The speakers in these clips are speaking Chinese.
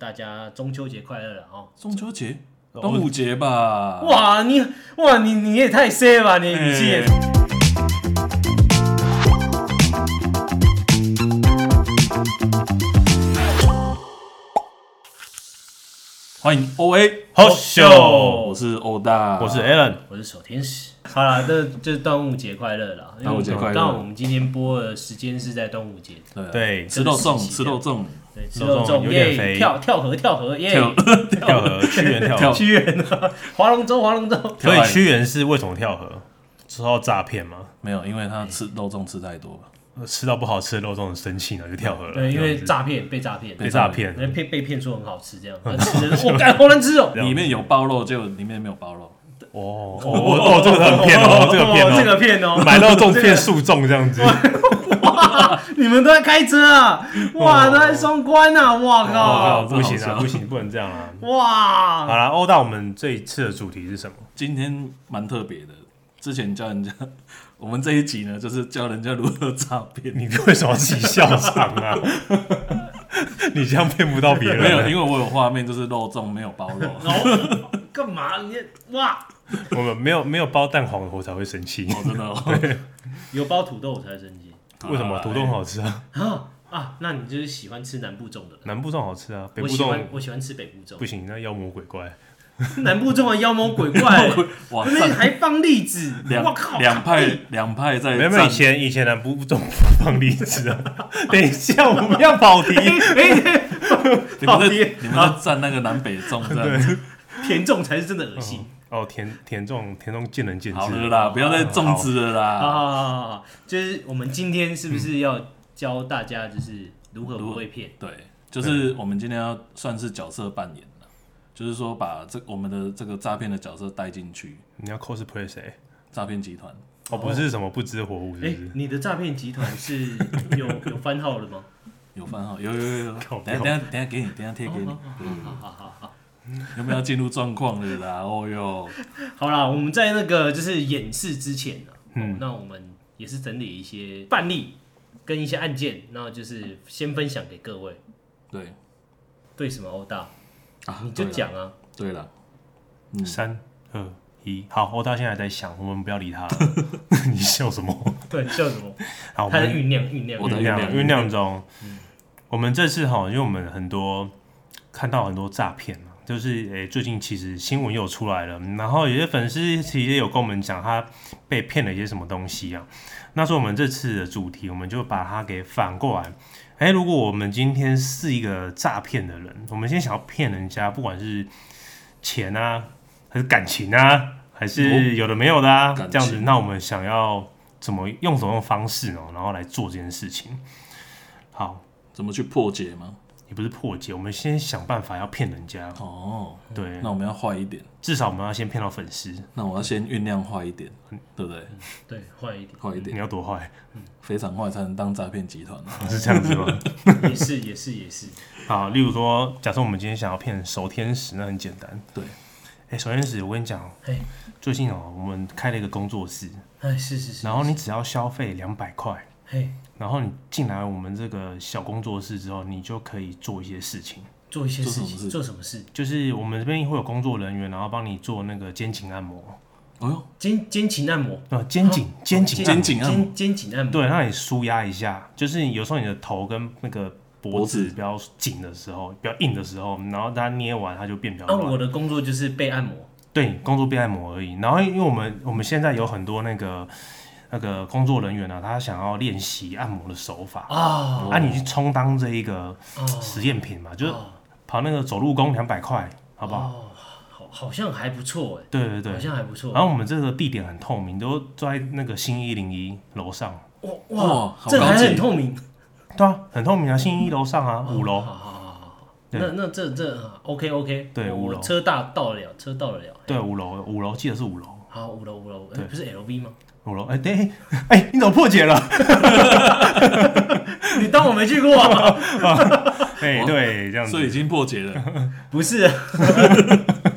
大家中秋节快乐了哦！中秋节、端午节吧。哇，你哇你你也太 C 了吧，你语气也哎哎欢迎 O A 哦好秀我是欧大，我是 Alan，我是守天使。好啦，这就是端午节快乐啦！因为端午节快乐刚好我们今天播的时间是在端午节，对啊对吃肉粽，这是吃肉粽，对，吃肉肉粽粽有点耶，肥跳跳河跳河耶，跳跳河屈原跳跳河，屈原啊， 划龙舟划龙舟，所以屈原是为什么跳河？受到诈骗吗？没有，因为他吃肉粽吃太多了，呃吃到不好吃的肉粽很生气呢，就跳河了。对，因为这样子诈骗被诈骗，被诈骗人被被骗说很好吃这 样，但吃的我干好难吃哦。这样里面有包肉，结果里面没有包肉，哦哦哦，这个很骗哦，这个骗这哦，个骗哦，买肉粽骗素粽这样子，哇， 你们都在开车啊？哇，都在双关啊！哇哦靠！不行这好啊，笑不行，不能这样啊。好哇，啦，欧大，我们这一次的主题是什么？今天蛮特别的。之前教人家，我们这一集呢，就是教人家如何诈骗。你为什么起笑场啊？ 你这样骗不到别人。 啊没有，因为我有画面，就是肉粽没有包 肉。哦，干嘛？你哇，我们没有没有包蛋黄，我才会生气。哦，真的、哦，有包土豆我才会生气为什么土豆很好吃啊？啊啊！那你就是喜欢吃南部粽的人，南部粽好吃啊，北我部喜欢粽我喜欢吃北部不粽，行，那妖魔鬼怪。南部粽的妖魔鬼 怪，哇不，是站还放栗子，我两靠， 两派两派在没有没有，以站，前以前南部粽不放荔枝啊。等一下，我们要跑哎题。你们在讨厌你们在站那个南北粽这样子。甜粽才是真的恶心。哦，甜甜粽甜粽见仁 见好了智。啦，不要再粽子了嗯好好啦。好好好，啊就是我们今天是不是要教大家就是如何不会骗？对，就是我们今天要算是角色扮演了，就是说把这我们的这个诈骗的角色带进去，你要 cosplay 谁？诈骗集团。哦，不是什么不知火舞，是哎、不是？你的诈骗集团是有有番号了吗？ 有番号，有有有有，靠等一下等一下等一下给你，等一下贴给你，好好好好，有没有要进入状况了啦？哦哟，好啦，我们在那个就是演示之前呢、嗯哦那我们也是整理一些范例跟一些案件，然后就是先分享给各位。对对什么欧大，啊，你就讲啊，对了，三二一，好，欧大现在在想，我们不要理他了。 你笑什么？对，笑什么？好，我他在们酝酿酝酿我，在酝酝酿酿酝酿中。我们这次哈，因为我们很多看到很多诈骗嘛，就是诶、最近其实新闻又出来了，然后有些粉丝其实也有跟我们讲他被骗了一些什么东西啊。那所以我们这次的主题，我们就把它给反过来。诶，如果我们今天是一个诈骗的人，我们先想要骗人家，不管是钱啊，还是感情啊，还是有的没有的啊，感情这样子，那我们想要怎么用什么样的方式呢？然后来做这件事情。好，怎么去破解吗？也不是破解，我们先想办法要骗人家。哦，对，那我们要坏一点，至少我们要先骗到粉丝。那我要先酝酿坏一点，对不对？对，坏一点，坏一点你，要多坏， 非常坏才能当诈骗集团。啊是这样子吗？也是也是也是，好，例如说，假设我们今天想要骗守天使，那很简单。对，哎、守天使，我跟你讲嘿，最近哦、我们开了一个工作室，哎，是是是，然后你只要消费两百块，嘿，然后你进来我们这个小工作室之后，你就可以做一些事情。做一些做事什么情，事做什么事？就是我们这边会有工作人员，然后帮你做那个肩颈按摩，哎呦，肩肩颈按摩，啊，肩颈肩颈哦肩按颈按摩肩肩颈按摩，摩，对，让你舒压一下。就是有时候你的头跟那个脖脖子子比较紧的时候，比较硬的时候，然后它捏完它就变比较啊，哦软。我的工作就是被按摩，对，工作变按摩而已。然后因为我们我们现在有很多那个那个工作人员啊，他想要练习按摩的手法啊，哦啊，你去充当这一个实验品嘛，就是哦跑那个走路工两百块，好不好？哦好，好像还不错哎、对对对好。像还不错。然后我们这个地点很透明，都坐在那个新一零一楼上。哇哇好这高还级很透明。对啊，很透明啊，新一楼上啊，五楼。哦好好好好好，对那那这这啊 OK OK，对五我楼车大到得了，车到得了。对，五楼，五楼记得是五楼，好，五楼五楼，哎对不是 LV 吗？ 五楼。哎，对，哎， 你怎么破解了？你当我没去过 啊？ 哎，对，这样子所以。已经破解了。不是啊，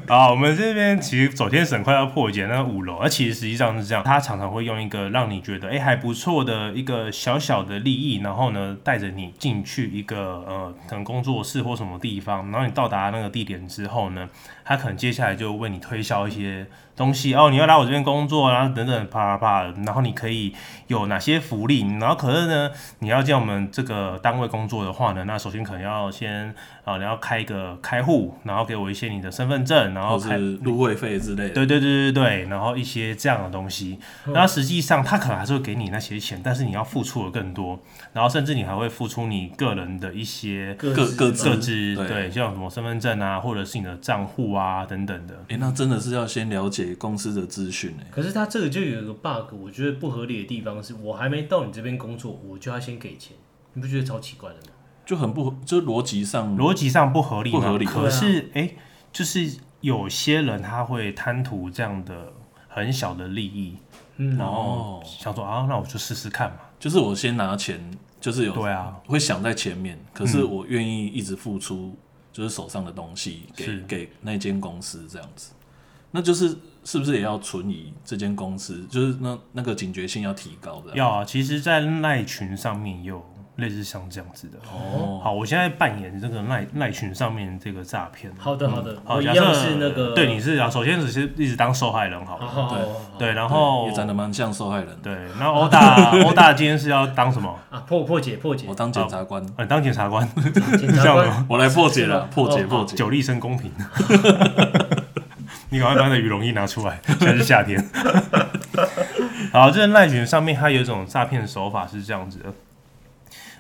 啊，我们这边其实走天省快要破解那个五楼，而其实实际上是这样，他常常会用一个让你觉得哎、还不错的一个小小的利益，然后呢带着你进去一个呃可能工作室或什么地方，然后你到达那个地点之后呢，他可能接下来就为你推销一些东西哦，你要来我这边工作，然后等等啪啪啪，然后你可以有哪些福利，然后可是呢你要进我们这个单位工作的话呢，那首先可能要先啊、你要开一个开户，然后给我一些你的身份证，然后或开是入会费之类的。对对对对对，然后一些这样的东西，然后实际上他可能还是会给你那些钱，但是你要付出的更多，然后甚至你还会付出你个人的一些各各自嗯各自各自，对对，像什么身份证啊，或者是你的账户啊等等的。哎、那真的是要先了解公司的资讯哎。可是他这个就有一个 bug，我觉得不合理的地方是我还没到你这边工作，我就要先给钱，你不觉得超奇怪的吗？就很不，就是逻辑上，逻辑上不合理嘛，不合理对可啊是哎、诶就是有些人他会贪图这样的很小的利益，嗯然后哦想说啊，那我就试试看嘛。就是我先拿钱，就是有对啊，嗯会想在前面，可是我愿意一直付出，就是手上的东西给是给那间公司这样子，那就是是不是也要存疑这间公司，就是那那个警觉性要提高的。要啊，其实，在赖群上面也有类似像这样子的。哦，好，我现在扮演这个赖赖群上面这个诈骗。好的好的，嗯好，我一假样设是那个对你是啊，首先只是一直当受害人好好了，好好对好对，然对后也长得蛮像受害人的。对，然后欧大欧大今天是要当什么？啊破破解破解我，当检察官，呃，当检察官，检 察像官我我来破 解是啊了吗，破解哦破解。久立生公平。 你赶快把你的羽绒衣拿出来， 现在是夏天。好，这赖群上面它有一种诈骗手法是这样子的。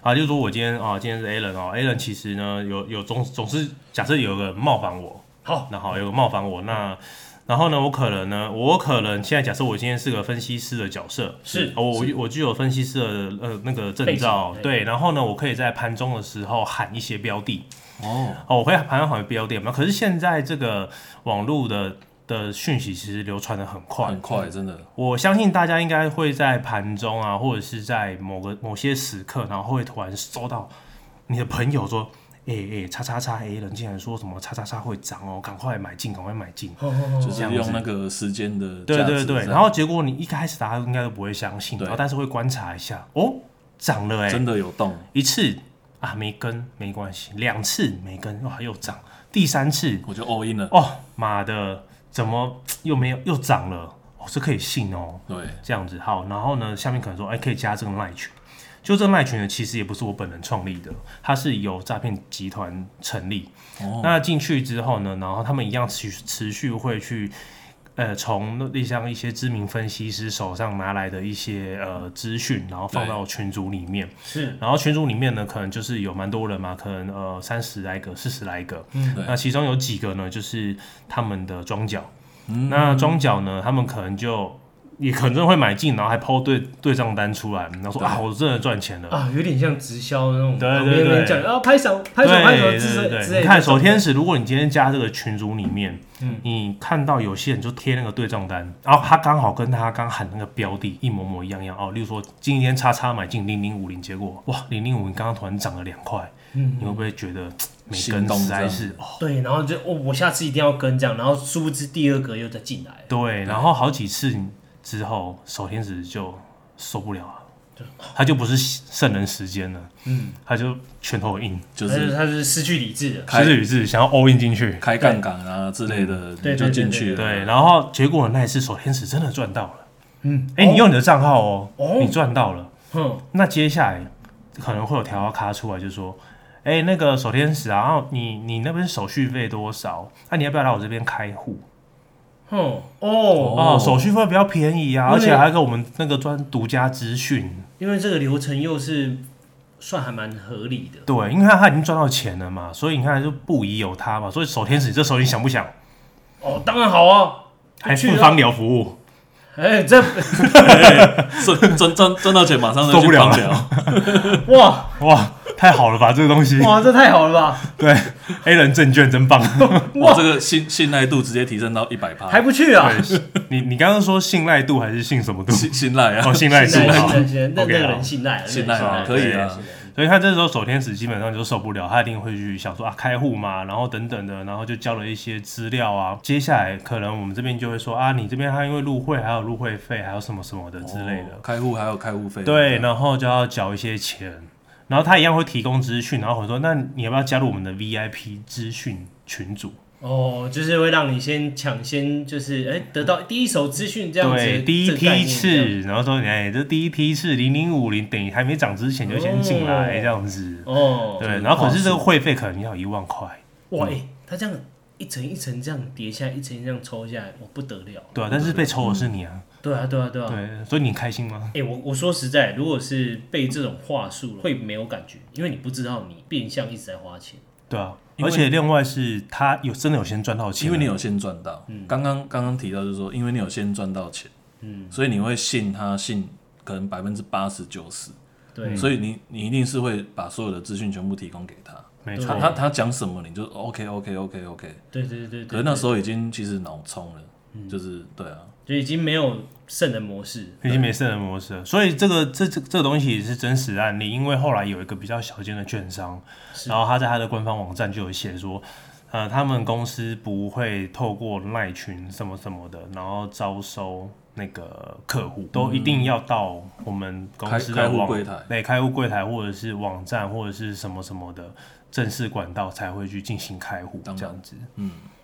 啊，就是说我今天啊，今天是 Alan 哦，Alan 其实呢有有总总是假设有个人冒犯我，好那好，有个冒犯我，那然后呢，我可能呢，我可能现在假设我今天是个分析师的角色，是哦我我我具有分析师的呃那个背证景照，对对，然后呢，我可以在盘中的时候喊一些标的，哦，哦，我会盘上好像标点嘛。可是现在这个网络的的讯息其实流传的很快，很快，真的。我相信大家应该会在盘中啊，或者是在某个某些时刻，然后会突然收到你的朋友说。哎、哎、叉叉叉 A 人竟然说什么叉叉叉会涨哦，赶快买进，赶快买进。好好好就这是样子用那个时间的对价值对对，这样然后结果你一开始大家应该都不会相信，对然后但是会观察一下，哦，涨了哎、真的有动，一次啊没跟没关系，两次没跟哇又涨，第三次我就 all in 了。哦，妈的，怎么又没有又涨了？哦，这可以信哦，对，这样子好。然后呢，下面可能说，哎，可以加这个赖群。就这个赖群呢，其实也不是我本人创立的，它是由诈骗集团成立。哦，那进去之后呢，然后他们一样持续持续会去，呃，从那像一些知名分析师手上拿来的一些呃资讯，然后放对到群组里面。是然后群组里面呢，可能就是有蛮多人嘛，可能呃三十来个、四十来个，嗯对那其中有几个呢，就是他们的庄脚，嗯那庄脚呢，他们可能就也可能会买进，然后还抛对对账单出来，然后说对啊，我真的赚钱了。啊，有点像直销那种，对旁对边对跟你讲啊拍手拍对手拍手之类对对之类对，的，你看守天使，如果你今天加这个群组里面，嗯你看到有些人就贴那个对账单，然后他刚好跟他刚喊那个标的一模模一样样哦，例如说今天叉叉买进零零五零，结果哇零零五零刚刚突然涨了两块，嗯你会不会觉得嘖每心根动实这在样是哦？对，然后就哦，我下次一定要跟这样，然后殊不知第二个又再进来，对，然后好几次之后，守天使就受不了了，他就不是圣人时间了，嗯，他就拳头硬，就但是他是失去理智的，开失之于智，想要 all in 进去。开杠杆啊之类的，对你就进去了。 对，然后结果那一次守天使真的赚到了，嗯，哎、你用你的账号哦，哦你赚到了。哼，那接下来可能会有条咖出来，就说，哎、那个守天使啊，然后你你那边手续费多少？那、你要不要来我这边开户？哼，哦，哦，手续费比较便宜啊，因为而且还给我们那个专独家资讯。因为这个流程又是算还蛮合理的，对，因为他他已经赚到钱了嘛，所以你看就不疑有他嘛。所以守天使你这时候你想不想哦，当然好啊，还去付啊芳疗服务？哎，这是赚赚赚到钱，马上就受不去了放 疗。哇哇，太好了吧，这个东西，哇，这太好了吧，对，A 人证券真棒。我这个信信赖度直接提升到一百还趴，不去啊？你你刚刚说信赖 度还是信什么 度？信信赖啊哦，，信赖度信赖好信赖，信赖那那 OK，个好人信赖，信那赖个人啊，信可以啊赖。所以他这时候守天使基本上就受不了，他一定会去想说啊开户嘛，然后等等的，然后就交了一些资料啊。接下来可能我们这边就会说啊，你这边他因为入会还有入会费，还有什么什么的之类的哦，开户还有开户费，对，然后就要缴一些钱，然后他一样会提供资讯，然后我说那你要不要加入我们的 VIP 资讯群组？哦，就是会让你先抢先，就是哎、得到第一手资讯这样子。对，第一这个概批念这样次，然后说哎，这第一批次零零五零等于还没涨之前就先进来、哦这样子。哦，对，然后可是这个会费可能要一万块，哇，嗯哎、他这样一层一层这样叠下来，一层一层这样抽下来，我不得了。对啊，但是被抽的是你啊，对啊，对啊，对啊。对，所以你开心吗？哎、我我说实在，如果是被这种话术，会没有感觉，因为你不知道你变相一直在花钱。对啊，因而为且另外是他有真的有先赚到钱啊，因为你有先赚到，嗯刚刚刚刚提到就是说，因为你有先赚到钱，嗯，所以你会信他信可能百分之八十九十，嗯对，所以你你一定是会把所有的资讯全部提供给他，没他错，他他讲什么你就哦 OK OK OK OK，对对对对可是那时候已经其实脑冲了，嗯就是对啊，就已经没有圣人模式。已经没圣人模式了。所以这个这这这个东西也是真实案例，因为后来有一个比较小间的券商，然后他在他的官方网站就有写说。呃，他们公司不会透过赖群什么什么的，然后招收那个客户，都一定要到我们公嗯司开的开户网柜台对，开户柜台或者是网站或者是什么什么的正式管道才会去进行开户当然这样子。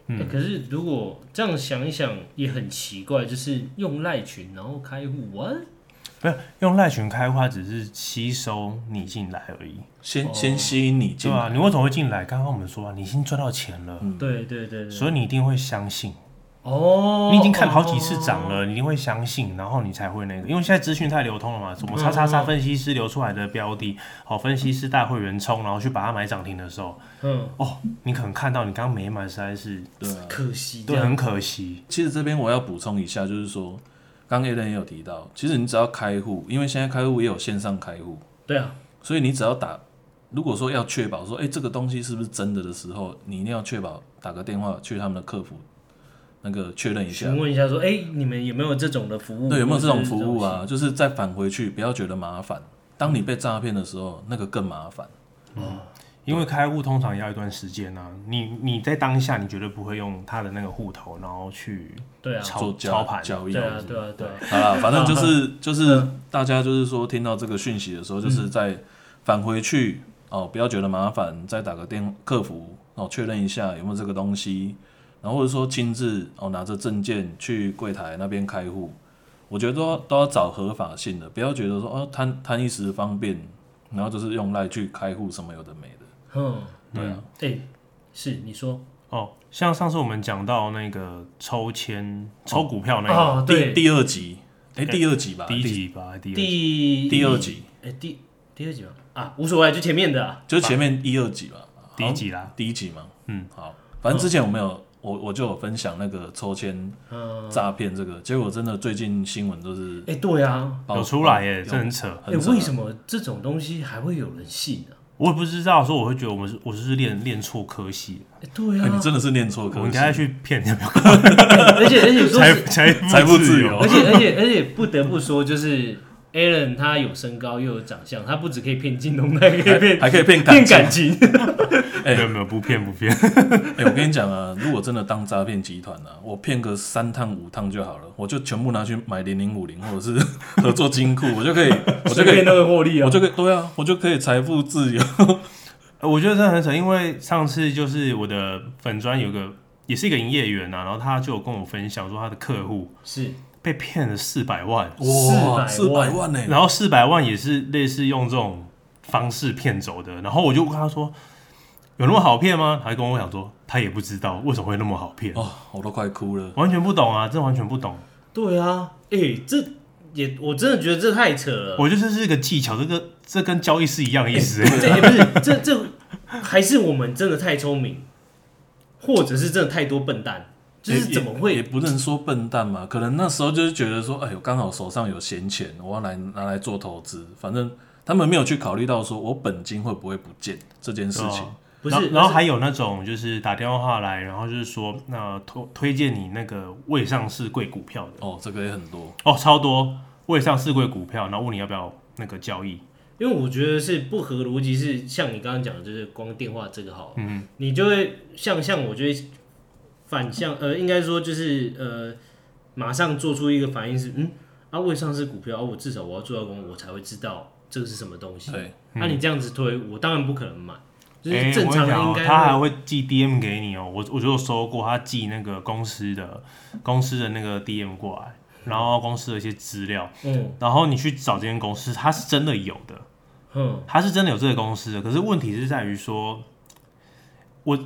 欸可是如果这样想一想，也很奇怪，就是用赖群然后开户，我不是用赖群开花，只是吸收你进来而已，先先吸引你对进吧、来，啊？你为什么会进来？刚刚我们说啊，你已经赚到钱了，对对对对，嗯所以你一定会相信。哦，你已经看好几次涨了，你一定会相信，然后你才会那个。因为现在资讯太流通了嘛，什么叉叉叉分析师流出来的标的，好，分析师大会员冲，然后去把它买涨停的时候，嗯，哦，你可能看到你刚刚没买，实在是对啊。可惜这对，样，很可惜。其实这边我要补充一下，就是说，刚刚 a l n 也有提到，其实你只要开户，因为现在开户也有线上开户，对啊，所以你只要打，如果说要确保说，哎、这个东西是不是真的的时候，你一定要确保打个电话去他们的客服那个确认一啊下询，问一下说，哎、你们有没有这种的服务？对，有没有或这者种是服务东西？啊？就是再返回去，不要觉得麻烦。当你被诈骗的时候，那个更麻烦。因为开户通常要一段时间啊，你你在当下你绝对不会用他的那个户头，然后去对啊，操做操交盘交易，对啊，对啊，对啊，好了，反正就是就是大家就是说听到这个讯息的时候，就是在返回去哦，不要觉得麻烦，再打个电客服哦，确认一下有没有这个东西，然后或者说亲自哦拿着证件去柜台那边开户，我觉得都要都要找合法性的，不要觉得说哦贪贪一时方便，然后就是用赖去开户什么有的没的，嗯，对啊，哎、是你说哦。像上次我们讲到那个抽签、抽股票那个、哦，第对，第二集，哎、第二集吧，第一集吧，第一集第第二集，哎、第第二集吧，啊，无所谓，就前面的、啊，就是前面一二集吧，第一集啦，第一集嘛，嗯，好，反正之前我们有、我我就有分享那个抽签嗯，诈骗这个，结果真的最近新闻都是哎、对啊，爆有出来耶，有这很扯。哎、很扯啊为什么这种东西还会有人信呢、我也不知道，说我会觉得我们是我是不是练练错科系，哎、对哎啊，你真的是念错我科们系等，下去骗人家，而且而且说财是，财财富富自自由由。而且而且而且不得不说，就是 Alan 他有身高又有长相，他不只可以骗金融，他也可以骗还可以骗骗感感情。哎没有没有不骗不骗， 哎、我跟你讲啊，如果真的当诈骗集团啊，我骗个三趟五趟就好了，我就全部拿去买零零五零或者是 合作金库，我 就可以，我就随可以便，都会获利我哦。就可以，对啊，我就可以财富自由。呃我觉得真的很扯，因为上次就是我的粉砖有个也是一个营业员啊，然后他就有跟我分享说他的客户是被骗了四百万，400四百万万呢、然后四百万也是类似用这种方式骗走的，然后我就跟他说有那么好骗吗？他还跟我讲说他也不知道为什么会那么好骗，哦，我都快哭了。完全不懂啊，真的完全不懂。对啊，哎、这也我真的觉得这太扯了。我觉得这是一个技巧，这个这跟交易是一样的意思。欸这也不是这这还是我们真的太聪明，或者是真的太多笨蛋，就是也怎么也也会不能说笨蛋嘛？可能那时候就是觉得说，哎呦，刚好手上有闲钱，我要来拿来做投资。反正他们没有去考虑到说我本金会不会不见这件事情。哦 不然是后？然后还有那种就是打电话来，然后就是说那推推荐你那个未上市贵股票的哦，这个也很多，哦，超多未上市贵股票，然后问你要不要那个交易，因为我觉得是不合逻辑，是像你刚刚讲的，就是光电话这个好，嗯，你就会像像我就会反向，呃，应该说就是呃，马上做出一个反应是，嗯，啊，未上市股票，啊，我至少我要做到工，我才会知道这个是什么东西。对，那、你这样子推，我当然不可能买，就哎是正我跟常人你讲应哦该他会还会寄 DM 给你哦、我我就有收过，他寄那个公司的公司的那个 DM 过来，然后公司的一些资料，嗯然后你去找这间公司，它是真的有的，哼，它是真的有这个公司的。可是问题是在于说，我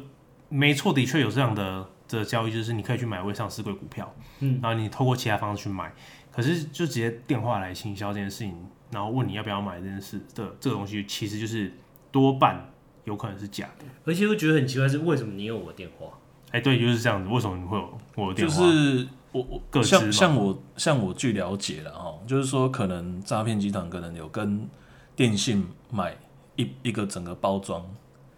没错，的确有这样的的交易，就是你可以去买未上市贵股票，嗯，然后你透过其他方式去买，可是就直接电话来行销这件事情，然后问你要不要买这件事的这个东西，其实就是多半有可能是假的。而且会觉得很奇怪，是为什么你有我电话？哎、对，就是这样子。为什么你会有我的就电话？是我各我自嘛像像我像我据了解了哈，就是说可能诈骗集团可能有跟电信买一一个整个包装，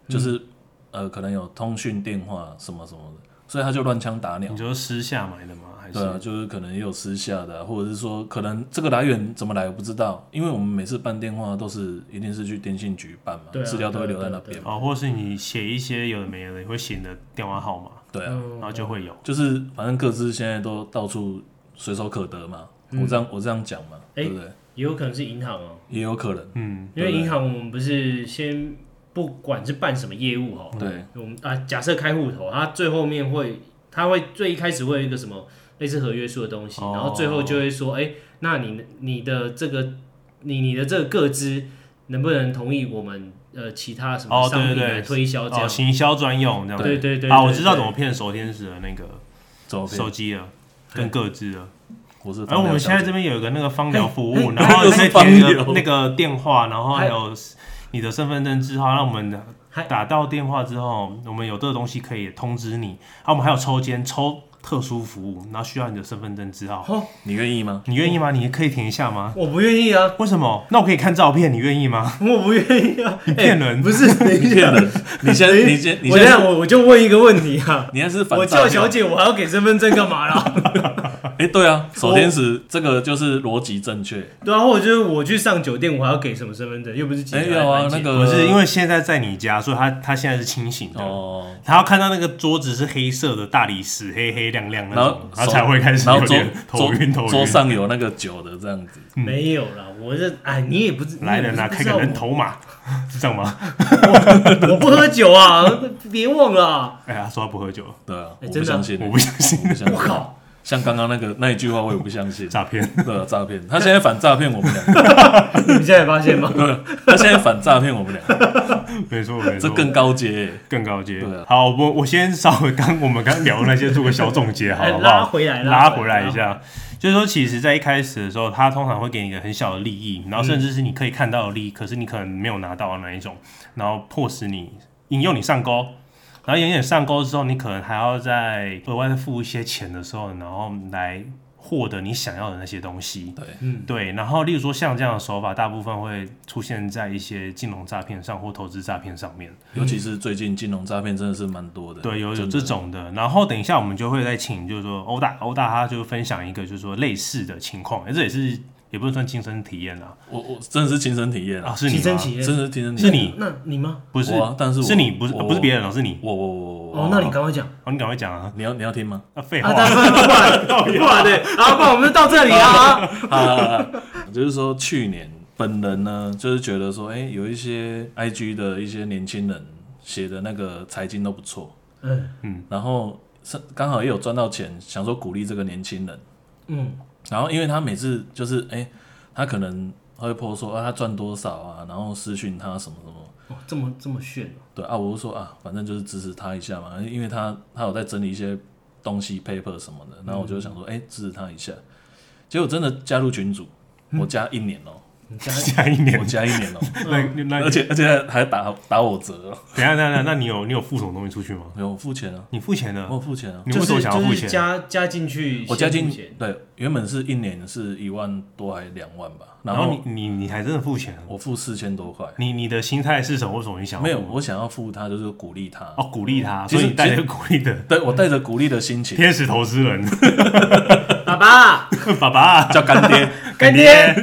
就是、嗯呃可能有通讯电话什么什么的，所以他就乱枪打鸟你。说私下买的吗？还是、对啊，就是可能也有私下的啊、或者是说可能这个来源怎么来我不知道，因为我们每次办电话都是一定是去电信局办嘛，对啊资料都会留在那对啊对啊边嘛。哦，或是你写一些有的没的，会写你的电话号码，对啊，嗯然后就会有。就是反正各自现在都到处随手可得嘛，我这样我这样讲嘛，诶对不对？也有可能是银行哦、也有可能，嗯，因对为不对银行我们不是先不管是办什么业务哈、对我们啊，假设开户头，它最后面会，它会最一开始会有一个什么类似合约书的东西，哦然后最后就会说，哎、那你你的这个你你的这个个资能不能同意我们呃其他什么哦对商品对对来推销这样？哦，行销专用这样子。嗯对对对啊，对我知道对怎么骗手天使的那个走手机了，跟各自了。我是。而我们现在这，边有一个那个芳疗服务，哎然后又你是可以填芳那疗个那个电话，然后还还有你的身份证字号，让我们还打到电话之后，我们有这个东西可以通知你。啊，我们还有抽签抽特殊服务，然后需要你的身份证字号，你愿意 吗？你愿意吗？你可以填一下吗？我不愿意啊，为什么？那我可以看照片，你愿意吗？我不愿意 啊，你骗人哎 不是你骗人！你现在你现你哎我这现在样我我就问一个问题啊，你现在是 反我诈叫骗小？姐，我还要给身份证干嘛啦？ 哎，对啊，手天使这个就是逻辑正确。对啊，或者就是我去上酒店，我还要给什么身份证？又不是警察哎，有啊来，拦那截个不是，因为现在在你家，所以他他现在是清醒的。哦，他要看到那个桌子是黑色的大理石，黑黑亮亮那然后种，他手才会开始然后有桌点头桌晕头桌晕。上有那个酒的这样子，没有啦，我这哎，你也不知来人啊，啊，开个人头马， 是这样吗？我不喝酒啊，别忘了啊。哎呀，说他不喝酒，对啊，哎我不真的啊相信，我不相信我不相信我靠，像刚刚那个那一句话，我也不相信。诈骗。 对啊，诈骗，他现在反诈骗我们两个，你们现在发现吗？对啊，他现在反诈骗我们哎两个，没错，没这错，更高阶欸。更高阶对啊。好，我我先稍微刚我们刚聊的那些做个小 总结，好哎好不拉好？回来，拉回回来一。下，就是说，其实，在一开始的时候，他通常会给你一个很小的利益，然后甚至是你可以看到的利益，可是你可能没有拿到的那一种，然后迫使你引诱你上钩，然后引诱你上钩之后，你可能还要再额外再付一些钱的时候，然后来获得你想要的那些东西。对，嗯对，然后例如说像这样的手法，大部分会出现在一些金融诈骗上或投资诈骗上面。尤其是最近金融诈骗真的是蛮多的。对，有有真这的种的。然后等一下我们就会再请，就是说欧大欧大他就分享一个就是说类似的情况，这也是也不能算亲身体验啦，我我真的是亲身体验啊啊，是你提升吗？企业真的是亲身体是验你 那你吗？不是我啊但是我是你不是我不是别人哦，是你我我我我哦，那你赶快讲哦，你赶快讲啊！你要你要听吗？啊，废话，啊！当然不 然哎不然的，啊，不然我们就到这里啊。啊， 就是说去年本人呢，就是觉得说，哎、有一些 IG 的一些年轻人写的那个财经都不错， 嗯然后是刚好也有赚到钱，想说鼓励这个年轻人。嗯，然后因为他每次就是哎、诶他可能他会 po 说啊他赚多少啊，然后私讯他什么什么。哦，这么这么炫哦，对啊，我就说啊，反正就是支持他一下嘛，因为他他有在整理一些东西 paper 什么的，然后我就想说，哎、支持他一下。结果真的加入群组，我加一年哦、你家 下一年我，加一年哦、那 那而且而且还打打我折、哦，等一下等一下，等一下那你有你有付什么东西出去吗？没有我付钱啊，你付钱了我，有付钱啊，你就为是什么想要付就是钱？加加进去，我加进先付钱对，原本是一年是一万多还两万吧，然然后后你你你还真的付钱了？我付四千多块，你你的心态是什么？为什么你想要没有，哦付我想要付他就是鼓励他，哦，鼓励他，其所实以你带着鼓励的对我带着鼓励的心情天使投资人 爸爸 哎爸爸啊叫干爹， 干爹，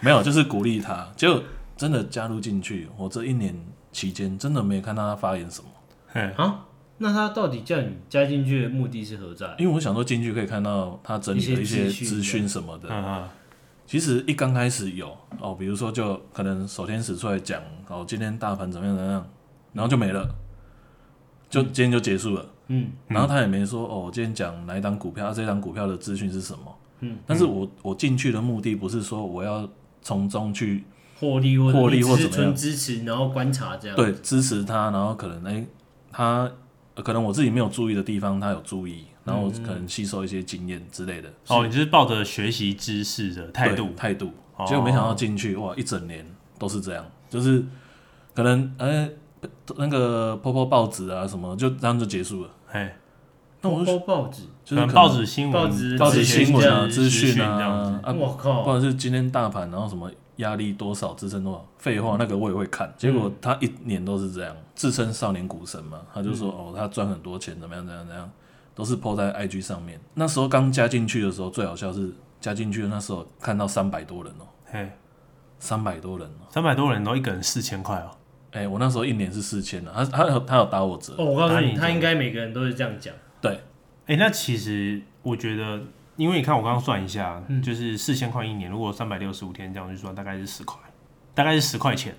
没有，就是鼓励他。结果真的加入进去，我这一年期间真的没看到他发言什么，嘿啊，那他到底叫你加进去的目的是何在？因为我想说进去可以看到他整理的一些一些资讯资讯什么的。嗯嗯，其实一刚开始有哦，比如说就可能首天使出来讲哦，今天大盘怎么样怎么样，然后就没了，就今天就结束了。嗯，然后他也没说哦，我今天讲哪一档股票，啊、这档股票的资讯是什么。嗯，但是我我进去的目的不是说我要从中去获利或者获利你或只是怎么样纯支持，然后观察这样。对支持他，然后可能哎、他呃可能我自己没有注意的地方，他有注意，然后我可能吸收一些经验之类的哦，你就是抱着学习知识的态对度，态度哦。结果没想到进去哇，一整年都是这样，就是可能哎、那个泡泡报纸啊什么，就这样就结束了。嘿，那我就包报纸，就是可能哦报纸新闻、报纸报纸资讯新闻啊、这样资讯这样啊子，啊我不靠，管是今天大盘，然后什么压力多少，支撑多少，废话那个我也会嗯看。结果他一年都是这样，自称少年股神嘛，他就说、嗯哦，他赚很多钱，怎么样怎么样怎么样，都是 PO 在 IG 上面。那时候刚加进去的时候，最好笑是加进去的那时候看到三百多人哦，嘿，三百多人哦，三百多人，然后一个人四千块哦，哎、我那时候一年是四千啊了，他他有他有打我折，哦，我告诉哪里你，讲他应该每个人都是这样讲。对，哎、那其实我觉得，因为你看我刚刚算一下，嗯就是四千块一年，如果三百六十五天这样去算，大概是十块，大概是十块钱。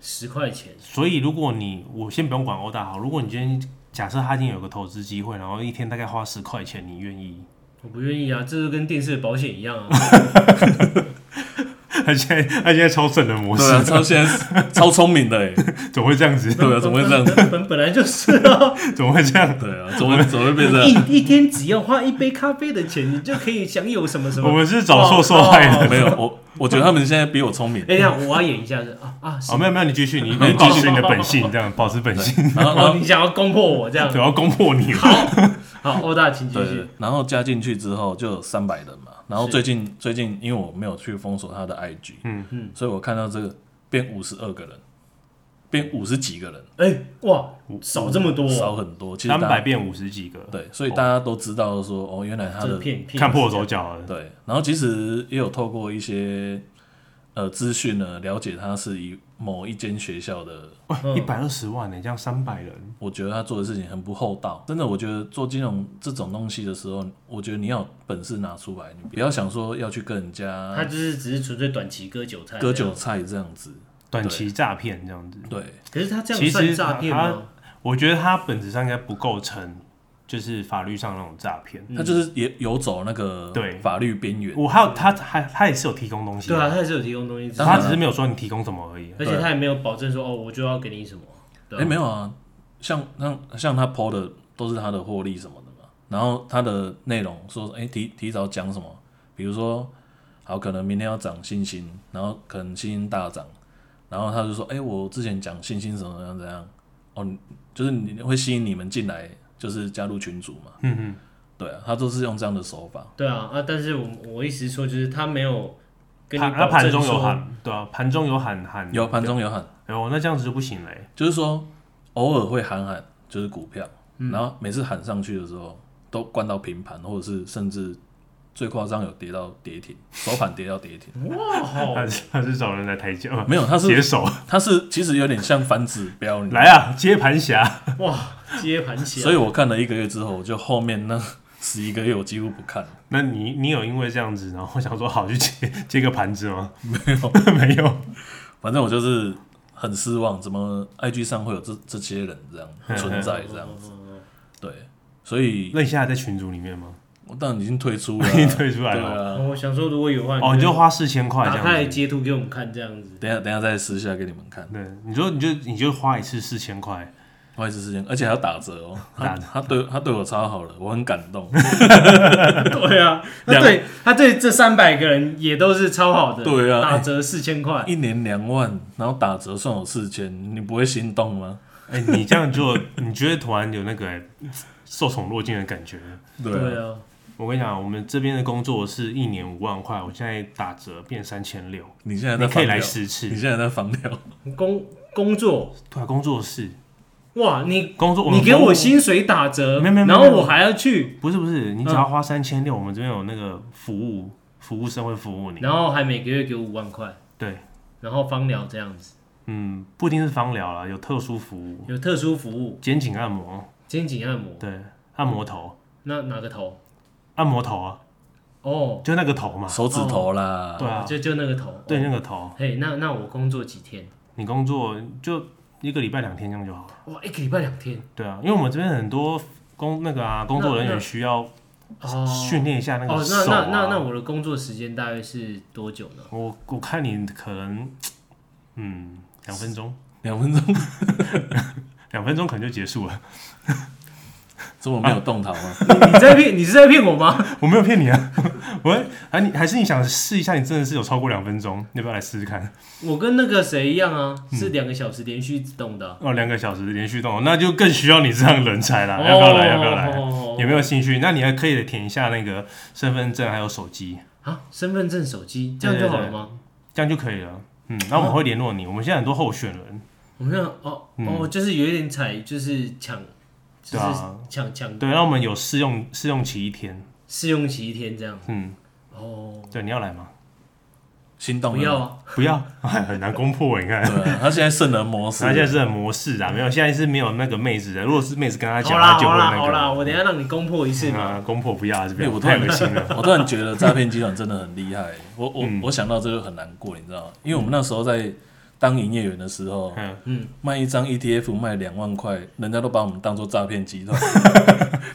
十块钱，所以如果你，我先不用管欧大好，如果你今天假设他今天有个投资机会，然后一天大概花十块钱，你愿意？我不愿意啊，这就跟电视的保险一样啊。他现在他现在超省的模对啊，超 现在超聪明的哎、怎么会这样子？对啊，怎么会这样子？本 本本来就是啊，怎么会这样？对啊，怎么会怎么会变这样？一一天只要花一杯咖啡的钱，你就可以享有什么什么。我们是找错受害人。哦哦没有，我我觉得他们现在比我聪明。哎呀，我要演一下是啊啊，是哦，没有没有，你继续， 你你保持你的本性，这样保持本性，然后然后哦，你想要攻破我这样对，？要攻破你。好，欧大，请继对续。，然后加进去之后就三百人嘛，然后是最近最近因为我没有去封锁他的 IG，嗯嗯，所以我看到这个变五十二个人，变五十几个人，哎，哇，少这么多，啊少很多，其实 三大百家变五十几个，对，所以大家都知道说哦，原来他这个的骗骗看破手脚嗯了。对，然后其实也有透过一些呃资讯呢，了解他是一某一间学校的，哇，一百二十万呢、欸这样三百人，我觉得他做的事情很不厚道，真的，我觉得做金融这种东西的时候，我觉得你要有本事拿出来，你不要想说要去跟人家他就是只是纯粹短期割韭菜，割韭。菜这样子。短期诈骗这样子，对，可是他这其样实算诈骗他吗？我觉得它本质上应该不构成就是法律上那种诈骗。嗯他就是也游走那个嗯对法律边缘。我还有他还他也是有提供东西对的，啊，他也是有提供东西吃，当然他只是没有说你提供什么而已。而且他也没有保证说哦，我就要给你什么。对哎，没有啊，像像像他 PO 的都是他的获利什么的嘛，然后他的内容说，哎，提提早讲什么，比如说，好，可能明天要涨信心，然后可能信心大涨，然后他就说，哎，我之前讲信心怎么样怎样，哦，你就是你会吸引你们进来，就是加入群组嘛。嗯嗯，对啊，他都是用这样的手法。对啊啊，但是我我意思说就是他没有跟你盘那保盘证中有说，喊，对啊，盘中有喊喊，有盘中有喊。哎呦，那这样子就不行嘞。就是说偶尔会喊喊，就是股票，嗯然后每次喊上去的时候都灌到平盘，或者是甚至最夸张有跌到跌 停，手盘跌到跌停。哇，好他是他是找人来抬轿，没有，他接是手他是其实有点像反指标，你知道来啊，接盘侠。哇，接盘起所来。以我看了一个月之后，我就后面那 十一个月我几乎不看了，那你你有因为这样子，然后想说好去接接个盘 子吗？没有， 没有，反正我就是很失望，怎么 IG 上会有这这些人这 样存哦在这样子？对，所以那你现在还在群组里面吗？我当然已经退出了啊， 已经退出来对了啊。我想说，如果有的话，哦，你就花四千块这啊打开样子。截图给我们看，这样子。 啊等一下等一下再私下给你们看。对，你就你就你就花一次四千块，外资事件，而且还要打折哦。他打折他对他对我超好了，我很感 动。对啊，他两对他对这三百个人也都是超好的，对啊打折四千块，一年两万，然后打折算我四千，你不会心动吗？哎、你这样就你觉得突然有那个、哎受宠若惊的感觉。对啊，啊，我跟你讲，我们这边的工作是一年五万块，我现在打折变三千六，你现在你在可放以来哦疗，十次你。现在在放疗，工工作，对啊，工作室，哇，你工作，们你给我工薪水打折，没有没有没然有后我还要去，不是不是，你只要花三千六，我们这边有那个服务服务生会服务你。然后还每个月给我五万块，对，然后芳疗这样子，嗯，不一定是芳疗啦，有特殊服务，有特殊服务，肩颈按摩，肩颈按摩，对，按摩头，那哪个头？按摩头啊，哦，就那个头嘛，手指头啦，对啊，就就那个头，对那个头，嘿，那那我工作几天？你工作就一个礼拜两天这样就好了。哇，一个礼拜两天，对啊，因为我们这边很多工那个啊工作人那那员需要哦，训练一下那个哦，手那啊。那那那我的工作时间大概是多久呢？ 我我看你可能，嗯，两分钟，两分钟两分钟可能就结束了。 这么没有动头吗？啊你你在骗你是在骗我吗？我没有骗你啊， 我还你还是你想试一下，你真的是有超过两分钟，你要不要来试试看？我跟那个谁一样啊，嗯是两个小时连续动的啊、哦，两个小时连续动，那就更需要你这样人才啦！哦啊要不要来？要不要来？哦有没有兴趣？那你还可以填一下那个身份证还有手机，啊，身份证、手机，这样就好了吗？这样就可以了。嗯，那我们会联络你。我们现在很多候选人，我们要哦、哦，就是有一点踩，就是抢，就是嗯对啊抢抢对，那我们有试用试用期一天。试用期一天这样。嗯，哦，对，你要来吗？心动不了要吗，啊，不要， 哎很难攻破。你看，对啊，他现在圣人模式他，现在是很模式啊，没有，现在是没有那个妹子的。如果是妹子跟他好讲，啦他就好会啦那好啦，个。我等一下让你攻破一次嘛。啊，攻破不要，这哎边我突 太然恶心了。 嗯我突然觉得诈骗集团真的很厉害。我我、我想到这就很难过，你知道吗？因为我们那时候在当营业员的时候，嗯嗯卖一张 ETF 卖两万块，人家都把我们当做诈骗集 团，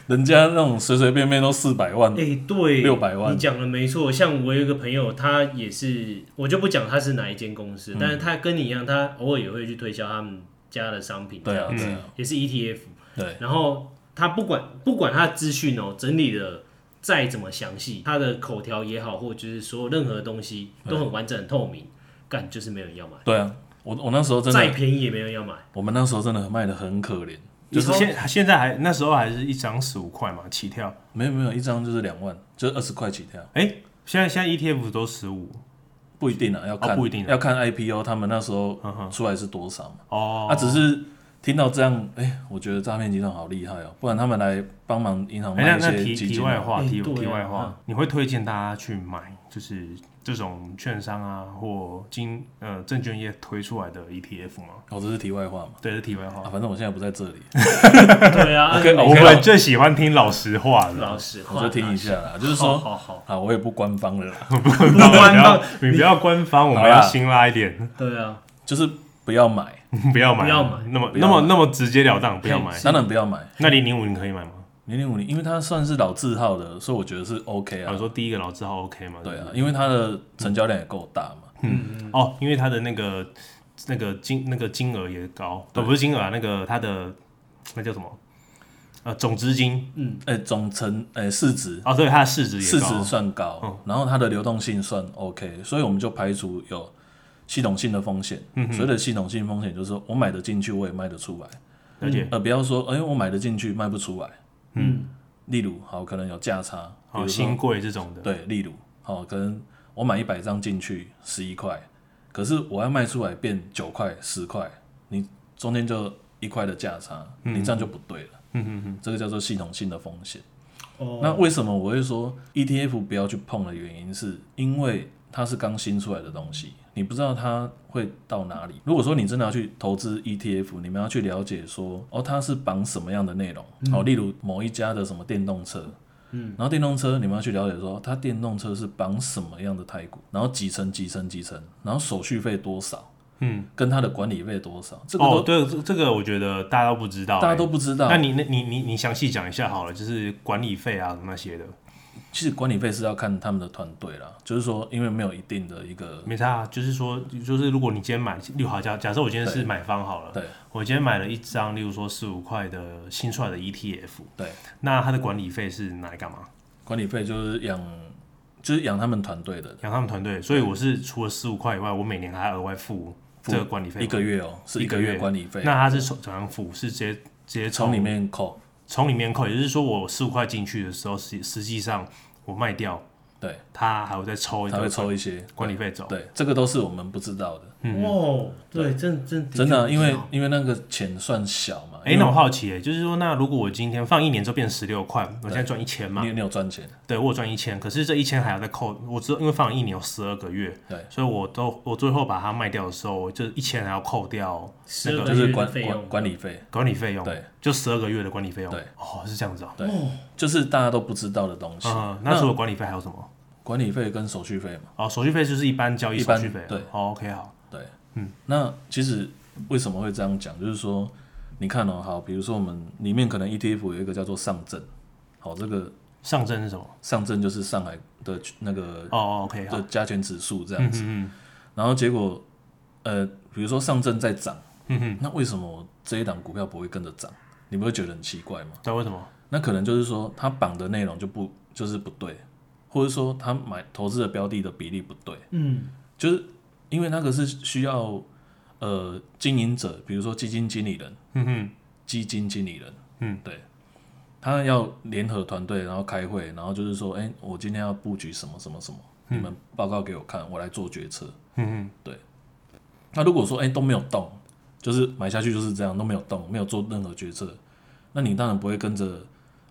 人家那种随随便便都四百万嗯哎、，对， 600万你讲的没错。像我有一个朋友，他也是，我就不讲他是哪一间公嗯司，但是他跟你一样，他偶尔也会去推销他们家的商品，对啊嗯对啊也是 E ETF。对，啊然后他不管不管他的资讯哦整理的再怎么详细，他的口条也好，或者就是说任何东西都很完整、很透明，干就是没有人要买，对啊，我我那时候真再的，便宜也没有人要买。我们那时候真的卖的很可怜，你就是说现现在还那时候还是一张十五块嘛起跳，没有没有一张就是两万，就是二十块起跳，哎、现在现在 ETF 都十五不一定啊，要看、哦不一定啊要看 IPO 他们那时候嗯哼出来是多少嘛。哦，啊，只是听到这样，哎、我觉得诈骗集团好厉害哦，不然他们来帮忙银行哎、卖一那那些题基题金外啊。话，哎题、对啊题外话，嗯你会推荐大家去买就是这种券商啊或金呃证券业推出来的 ETF 吗？哦，这是题外话嘛。对，是题外啊，话。哦反正我现在不在这里，对啊， OK，每 我我个们们最喜欢听老实话老了，实话，我就听一下啦。就是好说，好好，啊，我也不官方了啦，不不官方要你不要官方，我好们啦要辛辣一点， 对啊，就是不要买，不要买，不要买那么不那要买么那么直截了当，不要买。当然不要买。那零零五你可以买吗？零零五零，因为它算是老字号的，所以我觉得是 OK 我啊。说第一个老字号 OK 嘛？对啊，因为它的成交量也够大嘛。哦，因为它的那个那个金那个金额也高，哦，不是金额啊，那个它的那叫什么？呃，总资金哎，总成哎市值哦，对，它的市值市也高，嗯值算高，然后它的流动性算 OK，所以我们就排除有系统性的风险。嗯所谓的系统性风险，就是说我买得进去，我也卖得出来。而且呃，不要说哎，我买得进去，卖不出来。嗯，例如，好，可能有价差，比如哦，说新贵这种的，对，例如，好、可能我买一百张进去十一块，可是我要卖出来变九块、十块，你中间就一块的价差，你这样就不对了。嗯嗯嗯，这个叫做系统性的风险。哦，那为什么我会说 ETF 不要去碰的原因，是因为它是刚新出来的东西，你不知道它会到哪里。如果说你真的要去投资 E ETF，你们要去了解说，哦，它是绑什么样的内容，嗯哦，例如某一家的什么电动车。嗯，然后电动车你们要去了解说，它电动车是绑什么样的台股，然后几成几成几成，然后手续费多少，嗯，跟它的管理费多少，这个哦，都对，这这个我觉得大家都不知道、大家都不知欸道。那你那你你你详细讲一下好了，就是管理费啊那些的，其实管理费是要看他们的团队啦，就是说因为没有一定的一个没差啊、就是说，就是如果你今天买六好假假设我今天是买方好了，对我今天买了一张，例如说四五块的新出来的 ETF，对，那它的管理费是拿来干嘛？管理费就是养，就是养他们团队的，养他们团队，所以我是除了十五块以外，我每年还要额外付付这个管理费一个月哦、是一个月管理费，那它是从怎样付？是直接直接从从里面扣。从里面扣，也就是说我十五块进去的时候，实实际上我卖掉，对，它还会再抽一哦他会个抽一些管理费走。对，这个都是我们不知道的，哦，对，真真嗯真的啊，确因为不知道因为那个钱算小嘛，啊。哎、因为那我好奇哎、就是说，那如果我今天放一年之后变十六块，我现在赚一千嘛？你你有赚钱，对，我有赚一千，可是这一千还要再扣，我只因为放了一年有十二个月，对，所以我都我最后把它卖掉的时候，我这一千还要扣掉十二就个是月管的费管用，管理费，管理费用，对，就十二个月的管理费用，对，哦，是这样子哦、对，就是大家都不知道的东西。嗯，那除那了管理费还有什么？管理费跟手续费嘛，哦，手续费就是一般交易一手般续费，对哦，OK，好，对，嗯，那其实为什么会这样讲？就是说，你看哦，好，比如说我们里面可能 ETF 有一个叫做上证，好，这个上证是什么？上证就是上海的那个哦，OK，好的，加权指数这嗯样子，嗯嗯然后结果呃，比如说上证在涨，嗯嗯，那为什么这一档股票不会跟着涨？你不会觉得很奇怪吗？对，为什么？那可能就是说它绑的内容就不就是不对，或者说它买投资的标的的比例不对，嗯，就是因为那个是需要呃经营者，比如说基金经理人、嗯哼，基金经理人，嗯，对，他要联合团队，然后开会，然后就是说，哎、我今天要布局什么什么什么，你们报告给我看，我来做决策。嗯哼，那如果说哎、都没有动，就是买下去就是这样都没有动，没有做任何决策，那你当然不会跟着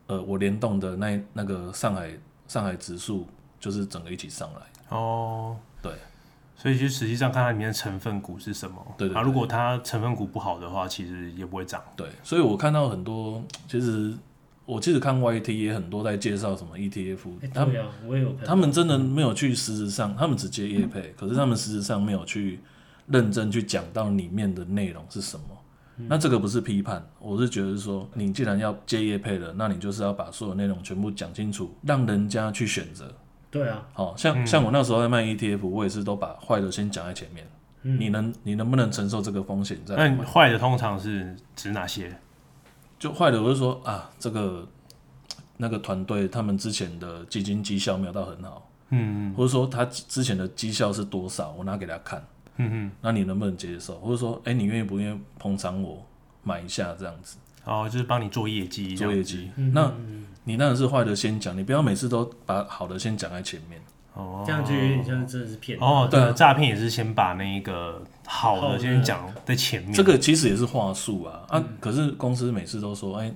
呃我联动的那那个上海上海指数就是整个一起上来。哦，对，所以就实际上看它里面的成分股是什么。对对啊，对如果它成分股不好的话，其实也不会涨。对，所以我看到很多，其实我其实看 YT 也很多在介绍什么 ETF，哎，他们对啊，我也有朋友他们真的没有去实质上，他们只接业配，可是他们实质上没有去认真去讲到里面的内容是什么。那这个不是批判，我是觉得说，你既然要接业配了，那你就是要把所有内容全部讲清楚，让人家去选择。对啊，好、像像我那时候在卖 ETF，我也是都把坏的先讲在前面。你能你能不能承受这个风险再来那你坏的通常是指哪些？就坏的，我就说啊，这个那个团队他们之前的基金绩效没有到很好，嗯或者说他之前的绩效是多少，我拿给他看，嗯那你能不能接受？或者说，哎、你愿意不愿意捧场我买一下这样子哼，哦，就是帮你做业绩这做样。业绩？嗯嗯那你当然是坏的先讲，你不要每次都把好的先讲在前面。哦，嗯这样就有点像真的是骗人哦，对对啊，啊诈骗也是先把那个好好的的先讲在前面。这个其实也是话术啊啊！嗯可是公司每次都说，哎、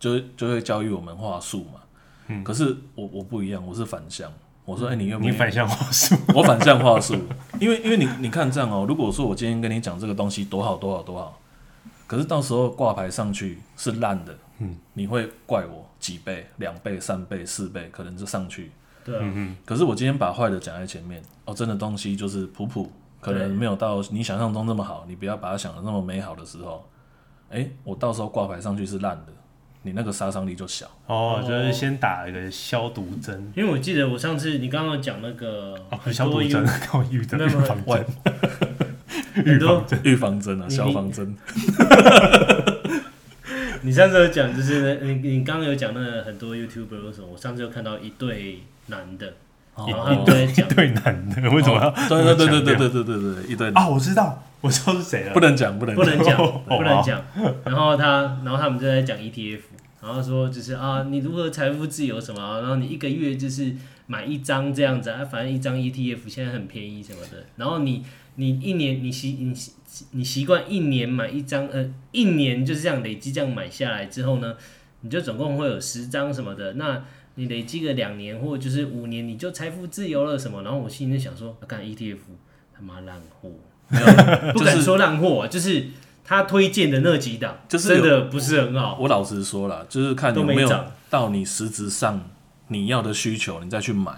就会就会教育我们话术嘛。嗯，可是我我不一样，我是反向。我说，哎、你愿不嗯你愿意反向话 术，我反向话术，因为因为你你看这样哦，如果说我今天跟你讲这个东西多好多好多好，可是到时候挂牌上去是烂的，嗯，你会怪我几倍、两倍、三倍、四倍，可能就上去。对啊，可是我今天把坏的讲在前面，哦，真的东西就是普普，可对能没有到你想象中那么好，你不要把它想的那么美好的时候，哎、我到时候挂牌上去是烂的，你那个杀伤力就小。哦，就是先打一个消毒针。因为我记得我上次你刚刚讲那个哦，很消多毒一针个，跟我预防没有没有预防喂针，很多预防针啊，你消防针，你上次有讲，就是那你你刚刚有讲那个很多 YouTuber 为什么？我上次有看到一对男的，然后他们哦都 在讲一，对男的，为什么要？对对对对对对对对对，一堆啊，我知道，我知道是谁了不。能讲，不能不能讲，不能 好讲。然后他，然后他们就在讲 ETF，然后说就是啊，你如何财富自由什么啊，然后你一个月就是买一张这样子啊，反正一张 ETF 现在很便宜什么的。然后你你一年你习你习你习惯一年买一张，呃，一年就是这样累积这样买下来之后呢，你就总共会有十张什么的。那你累积个两年或就是五年，你就财富自由了什么？然后我心里就想说，啊干、ETF 他妈烂 货。没有，不敢说烂货、啊，就是他推荐的那几档，就是真有的不是很好。我老实说了，就是看都有没没有涨到你实质上你要的需求，你再去买。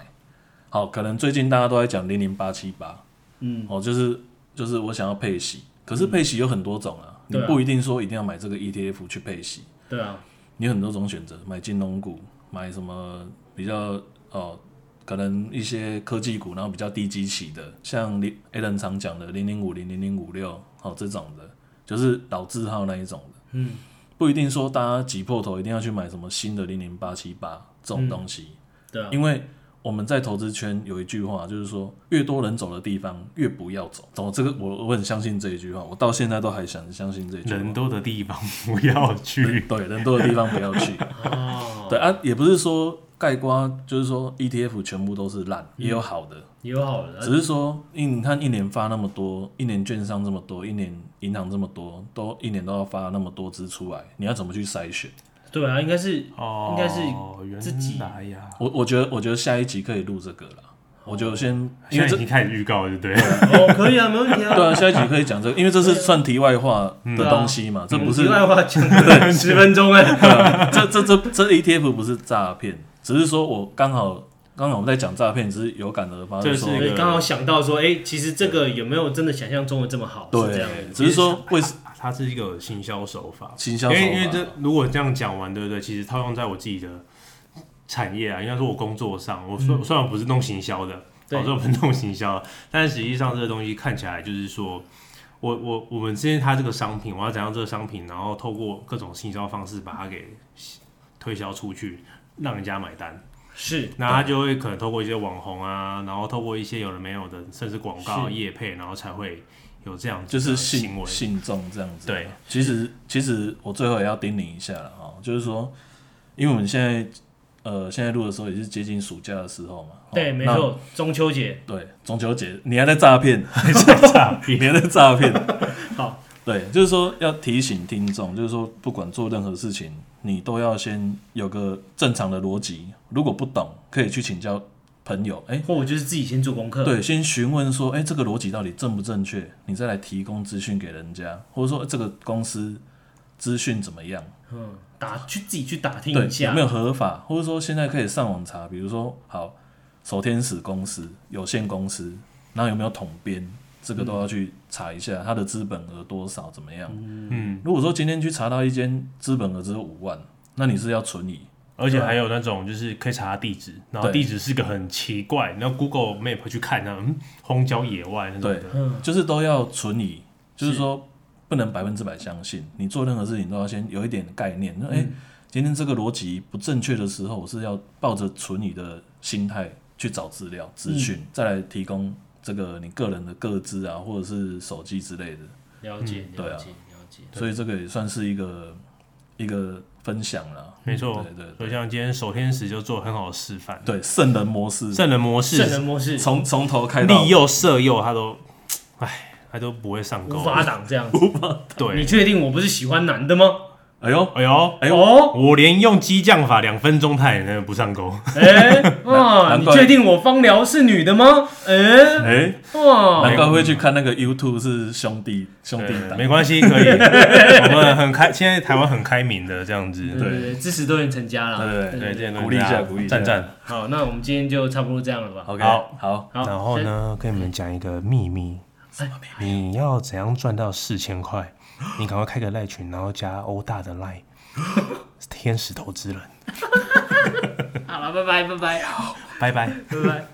好，可能最近大家都在讲零零八七八，嗯，哦，就是就是我想要配息，可是配息有很多种啊，嗯你对啊不一定说一定要买这个 ETF 去配息，对啊，你有很多种选择，买金融股，买什么比较哦，可能一些科技股，然后比较低基期的，像林 A 人常讲的零零五零零零五六，哦这种的，就是老字号那一种的，嗯，不一定说大家挤破头一定要去买什么新的零零八七八这种东西，对 啊，因为我们在投资圈有一句话，就是说越多人走的地方越不要走，走这个我我很相信这一句话，我到现在都还想相信这一句话，人多的地方不要去。对人多的地方不要去。啊哦，对啊，也不是说盖瓜就是说 ETF 全部都是烂，嗯也有好的，有好的，只是说一你看一年发那么多，一年券商这么多，一年银行这么多，都一年都要发那么多支出来，你要怎么去筛选？对啊，应该是哦，应该是自己原来呀。我我觉得我觉得下一集可以录这个了，我就先因现为在这已经开始预告了，对不对？哦，可以啊，没问题啊。 对啊，下一集可以讲这个，因为这是算题外话的东西嘛，这不是题外话讲了十分钟哎，对啊，这这这这 ETF 不是诈骗，只是说我刚好刚好我们在讲诈骗，只是有感而发，这说是一所个以刚好想到说，哎，其实这个有没有真的想象中的这么好？是这对样的，，只是说为它是一个行销手法，行销因手为法因为这如果这样讲完，对不对？其实套用在我自己的产业啊，应该说我工作上，我虽、虽然我不是弄行销的，哦对我虽然不是弄行销的，但实际上这个东西看起来就是说，我我我们之间它这个商品，我要怎样这个商品，然后透过各种行销方式把它给推销出去，让人家买单。是那他就会可能透过一些网红啊，然后透过一些有的没有的，甚至广告、业配，然后才会有这样子就是的行信为。信众这样子。啊对，其实其实我最后也要叮咛一下了哈、哦，就是说，因为我们现在呃现在录的时候也是接近暑假的时候嘛，哦对，没。那错，中秋节对，中秋节你还在诈骗，诈你还在诈骗。好，对，就是说要提醒听众，就是说不管做任何事情，你都要先有个正常的逻辑。如果不懂，可以去请教朋友。哎、或者就是自己先做功课，对，先询问说，哎、这个逻辑到底正不正确？你再来提供资讯给人家，或者说、哎这个公司资讯怎么样？嗯，打去自己去打听对一，有下没，有合法？或者说现在可以上网查，比如说好，守天使公司、有限公司，然后有没有统编，这个都要去查一下，它的资本额多少，怎么样？嗯，如果说今天去查到一间资本额只有五万，那你是要存疑。而且还有那种就是可以查地址，然后啊对地址是个很奇怪，然后 Google Map 去看它，嗯，荒郊野外那种对的。嗯，就是都要存疑，就是是说不能百分之百相信。你做任何事情都要先有一点概嗯念，说哎、诶今天这个逻辑不正确的时候，我是要抱着存疑的心态去找资料、资讯，嗯再来提供这个你个人的个资啊，或者是手机之类的。了解对啊了解了解，所以这个也算是一个一个分享啦。没错对对所以像今天守天使就做很好的示范，对，圣人模式，圣人模圣式人模式从从头开到利诱色诱，他都，唉，他都不会上钩无。法挡这样 子，你对，确定我不是喜欢男的吗？尾，哎呦，哎呦，哎呦呦，我连用激将法两分钟，他也能不上钩。哎，哇，难你怪确定我芳疗是女的吗？哎， 哎。哇，难怪会去看那个 YouTube 是兄弟兄弟嗯对，档，没关系，可以。我们很开，现在台湾很开明的这样子。对对对，支持多元成家啦。对对对，对这些东西鼓励一下大家鼓励一下赞赞。好，那我们今天就差不多这样了吧。 ，OK，好好，好，哎然后呢，跟你们讲一个秘密，你要怎样赚到四千块？你赶快开个赖群，然后加欧大的赖，天使投资人， 先？好了，拜拜，拜拜，拜拜。拜拜。